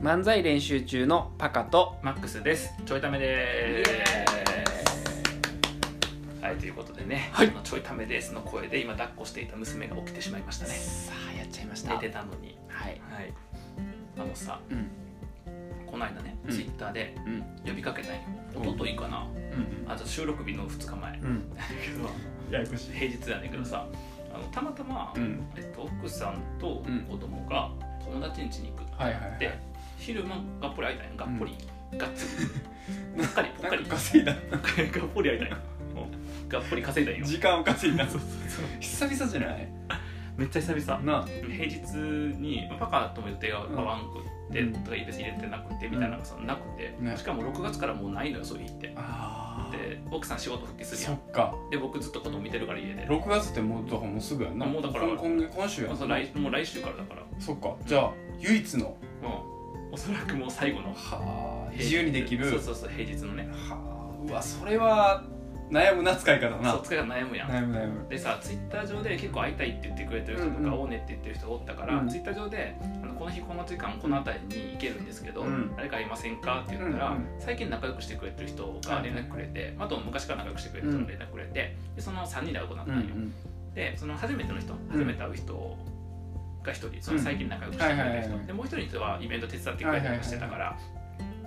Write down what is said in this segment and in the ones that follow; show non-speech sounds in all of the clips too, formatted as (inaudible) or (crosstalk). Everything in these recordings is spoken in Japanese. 漫才練習中のパカとマックスですちょいためですはいということでね、はいあのちょいためですの声で今抱っこしていた娘が起きてしまいましたねさあやっちゃいまし寝はていたのにはいあのさうんこの間ねうんツイッターでうん呼びかけたんようんおとといかなうんあじゃあ収録日の2日前だうんけどややこし (laughs) 平日やねんけどさあのたまたま、うんえっと、奥さんとうん子供が友達ん家に行くってはいはいはいで昼間がっぽり開いたんやがっぽり、がっつりぽっかりぽっかなりんか稼いだ (laughs) がっぽり開いたんやがっぽり稼いだんよ時間を稼いだそうそう久々じゃないめっちゃ久々なあ平日にまあパカとも予定が合わんくって、うんとか別に入れてなくてみたいなのがそのなくて、ねしかも6月からもうないのよそういう日ってあーで奥さん仕事復帰するやそんっかで僕ずっと子供見てるから家で6月ってもうだからもうすぐやんなもうだから今今今週やまあんそう来もう来週からだからそっかじゃあ唯一のうんおそらくもう最後のはあ平日自由にできるそうそうそう平日のねはあうわそれは悩むな使い方そうな疲れが悩むやん悩む悩むでさツイッター上で結構会いたいって言ってくれてる人とうんうんか会おうねって言ってる人がおったから、うんツイッター上であの「この日この時間この辺りに行けるんですけど、うん誰かいませんか?」って言ったら、うんうん最近仲良くしてくれてる人が連絡くれて、あと昔から仲良くしてくれてる人が連絡くれてでその3人で会うことにうなんっうたんよ、んでその初めての人初めて会う人が1人その最近仲良くしてくれてる人、うんでもう1人の人はイベント手伝ってくれたりもしてたから、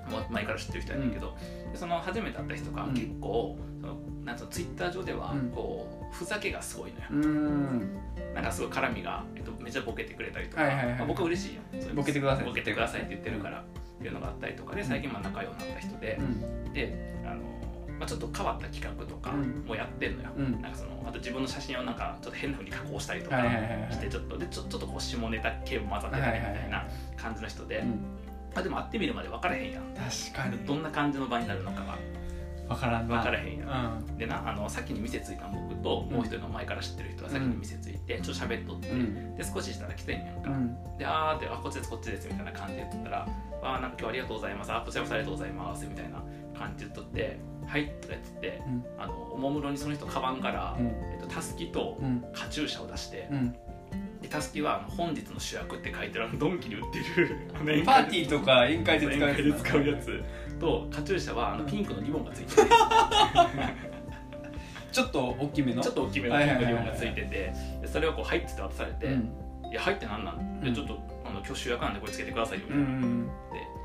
もう前から知ってる人やねんけど、でその初めて会った人がうん結構、そのなんつうのツイッター上ではうんこう、ふざけがすごいのよう、んなんかすごい絡みが、えっと、めっちゃボケてくれたりとか、はいはいはいまあ、僕は嬉しいよそういうボケてくださいボケてくださいって言ってるから、っていうのがあったりとかで最近まあ仲良くなった人でう、んであの、まあ、ちょっと変わった企画とかうんもやってんのよ、うんなんかそのあと自分の写真をなんかちょっと変なふうに加工したりとかはいはいはいはいしてちょっとでちょちょっとこう下ネタ系も混ざってたりみたいな感じの人で、うんまあ、でも会ってみるまで分からへんやん確かにどんな感じの場になるのかは分からんな分からへんやんうでなあの先に店ついた僕ともう一人の前から知ってる人が先に店ついてちょっと喋っとって、んうんで少ししたら来てんやんうか、んであーってあこっちですこっちですみたいな感じで言っとったらわーなんか今日はありがとうございますあこちらこそありがとうございますみたいな感じで言っとってはいとか言ってうんあのおもむろにその人カバンから、うんえっと、タスキとうんカチューシャを出してう、んでタスキはあの本日の主役って書いてるあのドンキに売ってる (laughs) あの宴会パーティーとか宴会で使う宴会でやつ使うやつとカチューシャはあのピンクのリボンがついてるちょっと大きめのちょっと大きめのピンクのリボンがついててでそれをこう入ってて渡されて「うんいや入ってなんなん?」でうんちょっとあの今日主役なんでこれつけてくださいよ」うみたいな。ん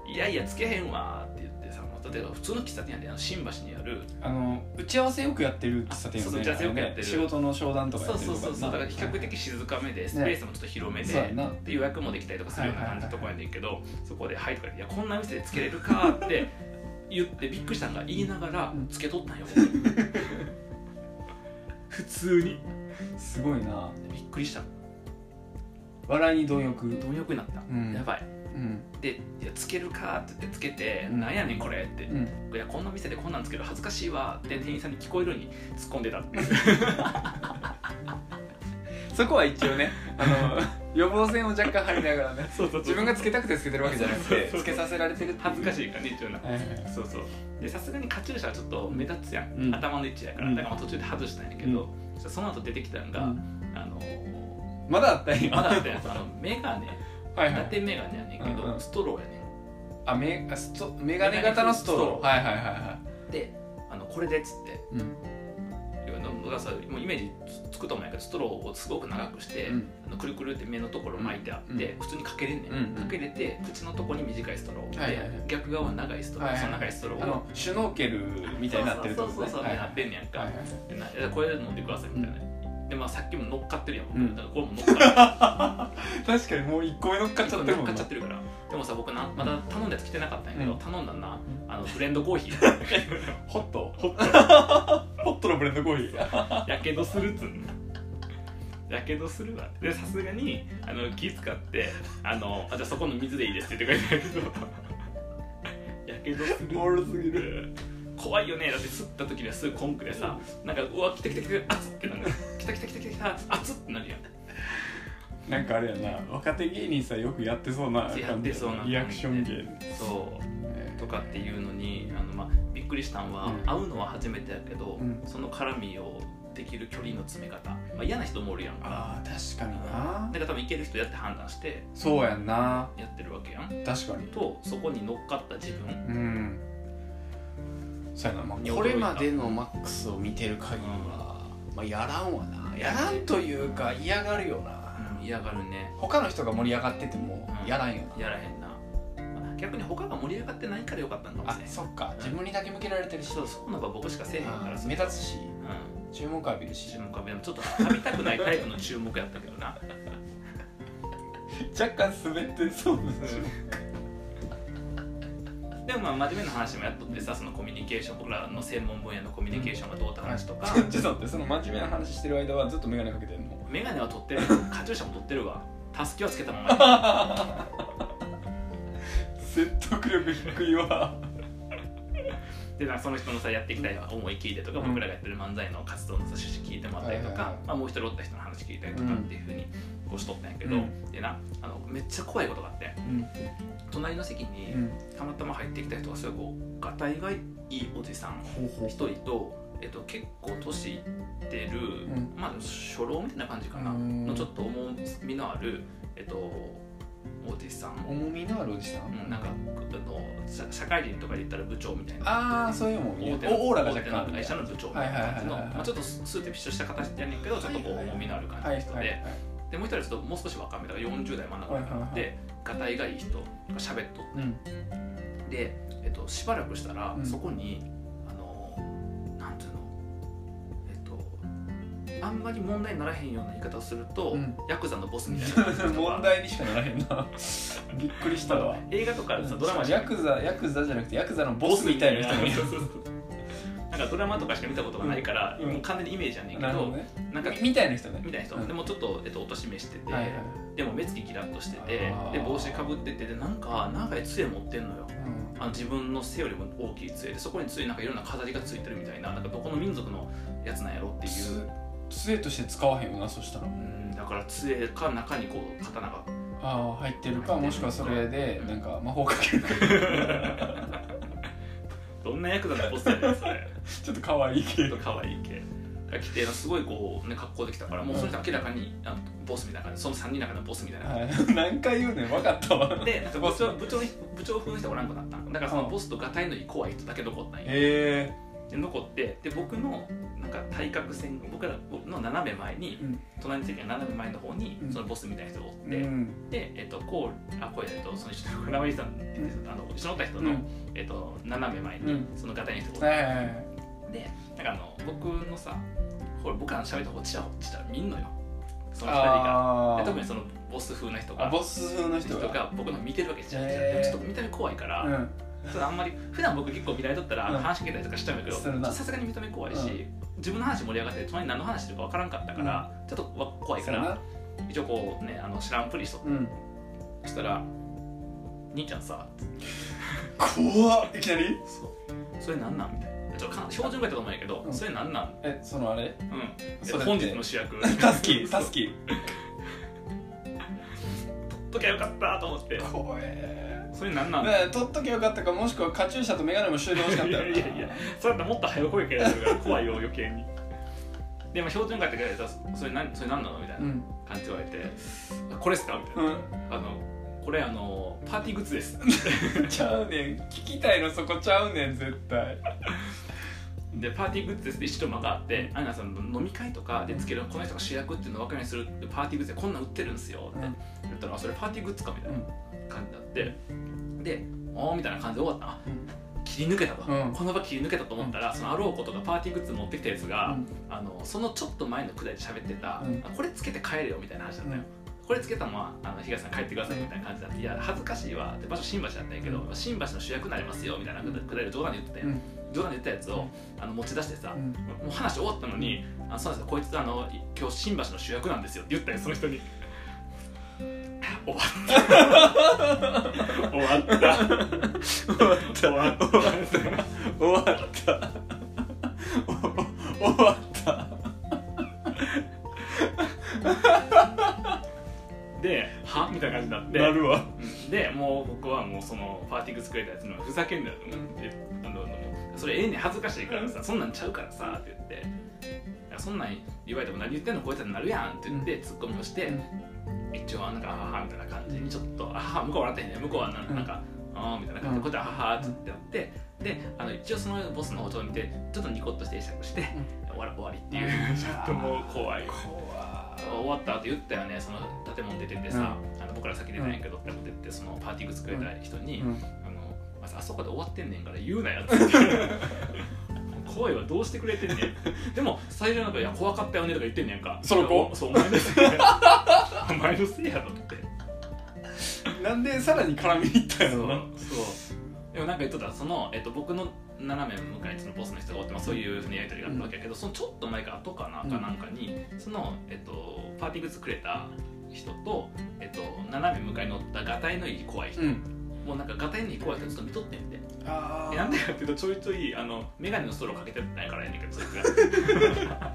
でいやいやつけへんわ」って言ってさもう例えば普通の喫茶店やであの新橋にあるあの打ち合わせよくやってる喫茶店よそうそうね打ち合わせよくやってる仕事の商談とかやそうってるそうとこそうそうだから比較的静かめでスペースもちょっと広めで、そうやなで予約もできたりとかするような感じのとこやねんけど、そこで「はい」とか言って「いやこんな店でつけれるか」って言ってびっくりしたんが言いながらうんつけとったん (laughs) よ普通にすごいなびっくりした笑いに貪欲貪欲になった、うんやばいうんで「いやつけるか」って言ってつけて「うんなんやねんこれ」ってうんいやこんな店でこんなんつける恥ずかしいわって店員さんに聞こえるように突っ込んで (laughs) たっていうそこは一応ねあの (laughs) 予防線を若干張りながらねそうそう自分がつけたくてつけてるわけじゃなくてそうそうそうつけさせられてる恥ずかい、しいからね一応なはいはいはいそうそうでさすがにカチューシャはちょっと目立つやん、うん頭の位置やからうんだからまあ途中で外したんやけど、そしたらその後出てきたのが、うんあのーまだあったんやまだあったやつあのメガネはいは伊い達メガネやねんけど、うんうんストローやねあメあストメガネ型のストローメはいはいはいはんであのこれでっつっていうんいうのがさもうイメージつくと思うんやけどストローをすごく長くして、うんあのくるくるって目のところ巻いてあって、う普通にかけれんねん、うんうんかけれて口のとこに短いストロー、はいはいはいで逆側は長いストロー、はいはいその長いストローあのシュノーケルみたいになってるとそこうそうそうそう、はいはなってんねやんか、いはいでなこれ飲んでくださいみたいな、でまあさっきも乗っかってるやん、僕うんだからこれも乗っか確かにもう1個目乗っかっちゃっっててるる乗もんっなかっちゃってるからでもさ僕なまだ頼んだやつ来てなかったんやけど、うん頼んだんなあのフレンドコーヒー (laughs) ホットホッホットのブレンドコーヒート (laughs) やけどするっつうんやけどするわでさすがにあの気使ってあのあ「じゃあそこの水でいいです」って言ってくれたけど (laughs) やけどするおもろすぎる怖いよねだって吸った時にはすぐコンクでさなんかうわ来た来た来た熱っってなる来た来た来た来た来た熱っってなるやんなんかあれやな若手芸人さよくやってそうな感じやってそうな感じリアクション芸そうとかっていうのにあの、まあ、びっくりしたんは、うん会うのは初めてやけど、うんその絡みをできる距離の詰め方、まあ、嫌な人もおるやんかああ確かにだかなが多分いける人やって判断してそうやんなやってるわけやん確かにとそこに乗っかった自分うんそうやな、まあ、これまでのマックスを見てる限りは、まあ、やらんわなやらんというか嫌がるよな、嫌がるね他の人が盛り上がっててもうんやらんよな、やらへんな、まあ逆に他が盛り上がってないからよかったんかもあしれんそっか自分にだけ向けられてるし、そうそうなのが僕しかせえへんから目立つしうん注目浴びるし注目はでもちょっと浴びたくないタイプの注目やったけどな若干滑ってそうですねでもまあ真面目な話もやっとってさそのコミュニケーション僕らの専門分野のコミュニケーションがどうって話とか (laughs) ちょちょっと待ってその真面目な話してる間はずっと眼鏡かけてんの眼鏡は取ってるカチューシャも取ってる (laughs) わたすきをつけたまま説得力低いわでなんかその人のさやってきた思い聞いてとかうん僕らがやってる漫才の活動のさ趣旨聞いてもらったりとはいはいかはいまあもう一人おった人の話聞いたりとかっていうふうにこうしとったんやけど、うんでなあのめっちゃ怖いことがあってうん隣の席にうんたまたま入ってきた人がすごいこうガタイがいいおじさんほうほう一人と、えっと、結構年いってる、んまあ初老みたいな感じかなうんのちょっと重みのある、えっと、おじさん、重みのあるおじさん、うん、なんかあの社社会人とかで言ったら部長みたいな。ああそういうもん大手のおオーラが若干ある大手のみ会た社いなの部長みたいな感じの、はいはいはいはいまあ、ちょっとススーツピシッとした形やねんけどちょっとこうはいはい重みのある感はいじの人はいはいででもう一人ちょっともう少し若めだから40代真ん中ぐはらいいはいはいでがたいがいい人が喋っとってうんで、えっと、しばらくしたら、うんそこにあのなんていうのえっとあんまり問題にならへんような言い方をすると、うんヤクザのボスみたいな感じの人が (laughs) 問題にしかならへんなびっくりしたわ映画とかさドラマヤクザヤクザじゃなくてヤクザのボスみたいな人がいるそうそうそう (laughs) なんかドラマとかしか見たことがないから、うんもう完全にイメージやねんけどなるほどねなんかみみたいな人ねみたいな人、うんでもちょっと、えっと、おとしめしてて、はいはいでも目つきキラッとしててあーで帽子かぶっててでなんか長い杖持ってんのよあの自分の背よりも大きい杖でそこに杖なんかいろんな飾りがついてるみたいななんかどこの民族のやつなんやろっていう、杖として使わへんよなそしたらうん、だから杖か中にこう刀がああ入ってるか入ってるもしくはそれでうんなんか魔法かけるか (laughs) (laughs) どんな役だったボスやねんそれちょっと可愛いち系ょっと可愛い系が来てすごいこうね格好できたからもうその人明らかにあのボスみたいな感じその3人の中のボスみたいな感はい (laughs) 何回言うねん分かったわじでなんか部長部長部長風の人おらんくなっただからそのボスとがたいのいい怖い人だけ残ったんやへで残ってで僕のなんか対角線僕らの斜め前にえうん隣の席の斜め前の方にうんそのボスみたいな人がおって、うんで、えっと、こうあこうえっとその人の名前さんって言うんですあの一緒におった人の、うんえっと、斜め前に、うんそのガタイの人がおっはいはいはいてでなんかあの僕のさほら僕らの喋った方ちらほらちら見んのよその二人があでー特にそのボス風な人あがボス風の人が人が僕の見てるわけじゃん、へーちょっと見た目怖いから、うんそれあんまり普段僕結構見られとったらうん話しかけたりとかしたんだけどするなさすがに見た目怖いし、う自分の話盛り上がって隣に何の話してるか分からんかったから、ちょっとわ怖いそかうやらな一応こうねあの知らんぷりしとってうんそしたら「兄ちゃんさ怖っいきなりそうそれなんなん?」みたいなちょっとか標準語やったと思うんやけど「うんそれなんなん?」えそのあれうんそれって本日の主役 (laughs) タスキタスキ取っときゃよかったと思って怖え「それなんなん?」ねえ取っときゃよかったかもしくはカチューシャとメガネもしておいてほしかったよないやいやいやそうやったらもっと早声かやるから怖いよ余計にでも標準語やったけど「それ何それなんなの?」みたいなうん感じで言われて「あこれっすか?」みたいなうんあのこれあのパーティーグッズですちゃうねん聞きたいのそこちゃうねん絶対でパーティーグッズですって一間があってアンナさんの飲み会とかでつけるこの人が主役っていうのを分かるようにするってパーティーグッズでこんなん売ってるんですよってう言んったらあそれパーティーグッズかみたいな感じになってでおーみたいな感じで終わったな切り抜けたと、うんこの場切り抜けたと思ったらそのあろうことがパーティーグッズ持ってきたやつが、うんあのそのちょっと前のくだりで喋ってた、うんあこれつけて帰れよみたいな話だったよ、これつけたのはあの東さん帰ってくださいみたいな感じだっていや恥ずかしいわって場所新橋だったんやけどう新橋の主役になりますよみたいなくだくだりを冗談で言ってたうよ、ん冗談で言ったやつをあの持ち出してさ、うんもう話終わったのに「あそうなんですよこいつあのい今日新橋の主役なんですよ」って言ったよその人に (laughs) 終わった (laughs) 終わった終わった終わった終わった終わったお終わったで「は?」みたいな感じになってなるわうんでもう僕はもうそのパーティーグッズくれたやつのふざけんなよと思って「あのあのそれええねん恥ずかしいからさそんなんちゃうからさ」って言って「いやそんなん言われても何言ってんのこいつらになるやん」って言ってツッコミをしてうん「え一応なんか「あはは」みたいな感じにちょっと「あは向こう笑ってへんね向こうはなんうんなんか「ああ」みたいな感じでこうやって「あはは」ってやってであの一応そのボスの包丁を見てちょっとニコッとして会釈して終わら終わりっていう (laughs) ちょっともう怖い怖終わった後言ったよねその建物出てってさ、あの僕ら先出たんやけど、建物出てってそのパーティーグ作れた人に「うんあのまずあそこで終わってんねんから言うなやつ」声はどうしてくれてんねんでも最初なんか「いや怖かったよね」とか言ってんねんかその子いやそうお前のせ (laughs) いやお前のせいやろってなんでさらに絡みに行ったんやそろうなそうでもなんか言っとったその、えっと、僕の斜め向かいにそのボスの人がおって、まあ、そういうふうにやり取りがあったわけやけど、そのちょっと前か後かなうんかなんかに、その、えっと、パーティーグッズくれた人と、えっと、斜め向かいに乗ったがたいのいい怖い人、うんもうなんかがたいのいい怖い人ずっと見とってんてあでーなんでかっていうとちょいちょいあの眼鏡のストローかけてないからやねんけどそいつが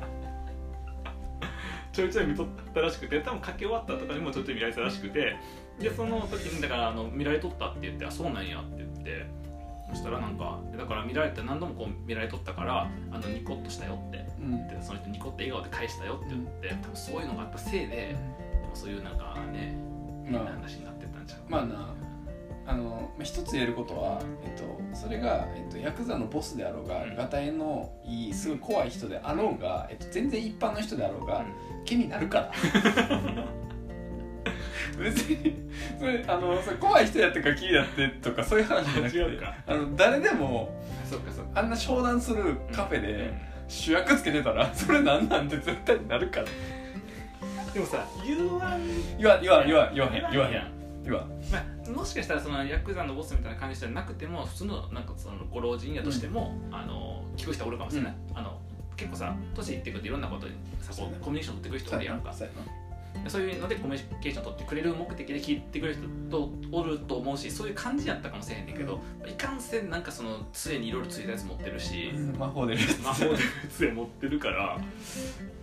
ちょいちょい見とったらしくて多分かけ終わったとかにもちょいちょい見られてたらしくてでその時にだからあの見られとったって言ってあそうなんやって言ってそしたらなんかだから見られて何度もこう見られとったからあのニコッとしたよってうんでその人ニコッと笑顔で返したよって言って多分そういうのがあったせいででもそういうなんかね変なまあ話になってったんちゃうまあなあのまあ一つ言えることは、えっと、それが、えっと、ヤクザのボスであろうが、うんガタイのいいすごい怖い人であろうが、えっと、全然一般の人であろうが、う気になるから (laughs) 別にそれあのそれ怖い人やったから気になってとかそういう話じゃなくて違うかあの誰でもんそっかそっあかんな商談するカフェうでん主役つけてたらそれなんなんて絶対なるからでもさ言わん言わ言わ言わ言わへん言わへやん言わまあ、もしかしたらそのヤクザのボスみたいな感じじゃなくても普通のなんかそのご老人やとしても、あの聞く人おるかもしれない、あの結構さ年いってくるといろんなことにさこそうねうコミュニケーション取ってくる人そおうるややんなかそうやなそういうのでコミュニケーション取ってくれる目的で聞いてくれる人とおると思うしそういう感じやったかもしれへんねんけど、いかんせんなんかその杖にいろいろついたやつ持ってるし、魔法でる魔法で杖持ってるから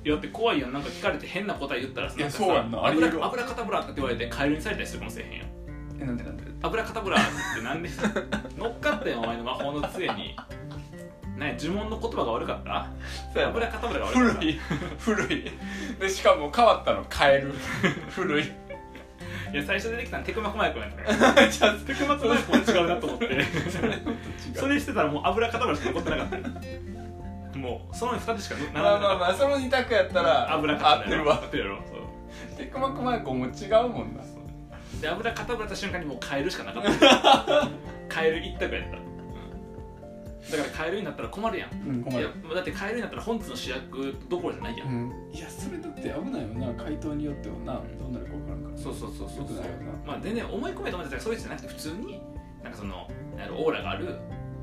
いやだって怖いやんなんか聞かれて変な答え言ったらさいやんかそうやんなありえるわ油かたぶらって言われてカエルにされたりするかもしれへんやんえなんでなんで油かたぶらってな (laughs) んで乗っかったよお前の魔法の杖にね呪文の言葉が悪かったそうやな油かたぶらが悪かった古い (laughs) 古いでしかも変わったの変え (laughs) る古いいや最初出てきたのテクマクマヤコやったねじゃ (laughs) あテクマクマヤコは違うなと思って (laughs) 違そうれしてたらもう油かたぶらしか残ってなかったもうその2つしか並んでなまあまあかまあその二択やったったら油か合ったてぶらやるろ合わってるやろそうテクマクマイコンも違うもんなで油かたぶらた瞬間にもうカエルしかなかった (laughs) カエル一択やっただからカエルになったら困るやんうん困いやるだってカエルになったら本日の主役どころじゃないやん、うんいやそれだって危ないよな回答によってはなどうなるか分からんからそうそうそうそうよくないよなまあ全然思い込めと思ってたらそういう人じゃなくて普通になんかそのなんやろオーラがある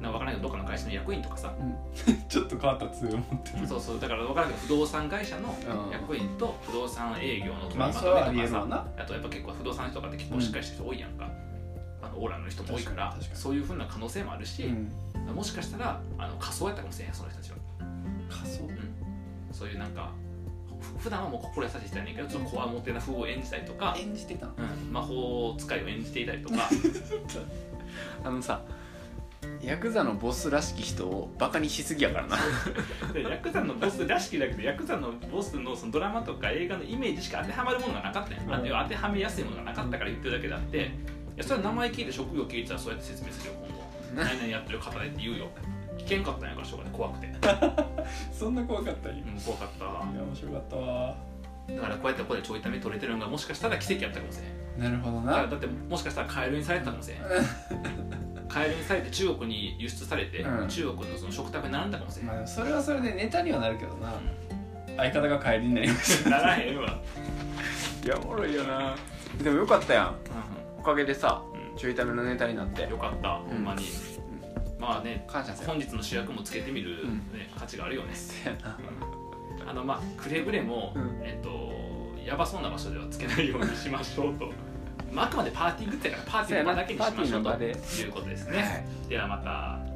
なんか分からないけどどっかの会社の役員とかさ (laughs) ちょっと変わった杖を持ってるそうそうだから分からないけど不動産会社のうん役員と不動産営業の取りままあそとれはありめえとるわかなさあとやっぱ結構不動産の人とかって結構しっかりした人多いやんか、あのオーラの人も多いから確かに確かにそういうふうな可能性もあるし、うんもしかしたらあの仮想やったかもしれないその人たちは仮想そういうなんかふ普段はもう心優しい人やねんけどちょっとこわもてな風を演じたりとか、演じてたのうん、魔法使いを演じていたり (laughs) とかあのさヤクザのボスらしき人をバカにしすぎやからなでヤクザのボスらしきだけどヤクザのボスのそのドラマとか映画のイメージしか当てはまるものがなかったやんうんあ要は当てはめやすいものがなかったから言ってるだけであっていやそれは名前聞いて職業聞いたらそうやって説明するよ (laughs) 今後何々やってる方でって言うよ危険かったんやからしょうがない怖くて、うん、 (laughs) そんな怖かったんやい怖かったわや面白かったわだからこうやってここでちょいため取れてるのがもしかしたら奇跡やったかもしれんなるほどだからなだってもしかしたらカエルにされてたかもしれん (laughs) カエルにされて中国に輸出されて、うん中国のその食卓に並んだかもしれん、まあでもそれはそれでネタにはなるけどな相方が帰りになりましならへんわ、たいやおもろいよなでもよかったやんうおかげでさんうんちょいためのネタになってよかったほんまに、まあね感謝せよ本日の主役もつけてみる、ね価値があるよねせやなあのまあくれぐれも、うんえっとやばそうな場所ではつけないようにしましょう (laughs) と、まあ、あくまでパーティーグッズやからパーティーの場だけにしましょうとそうやなパーティーの場いうことですね、はいではまた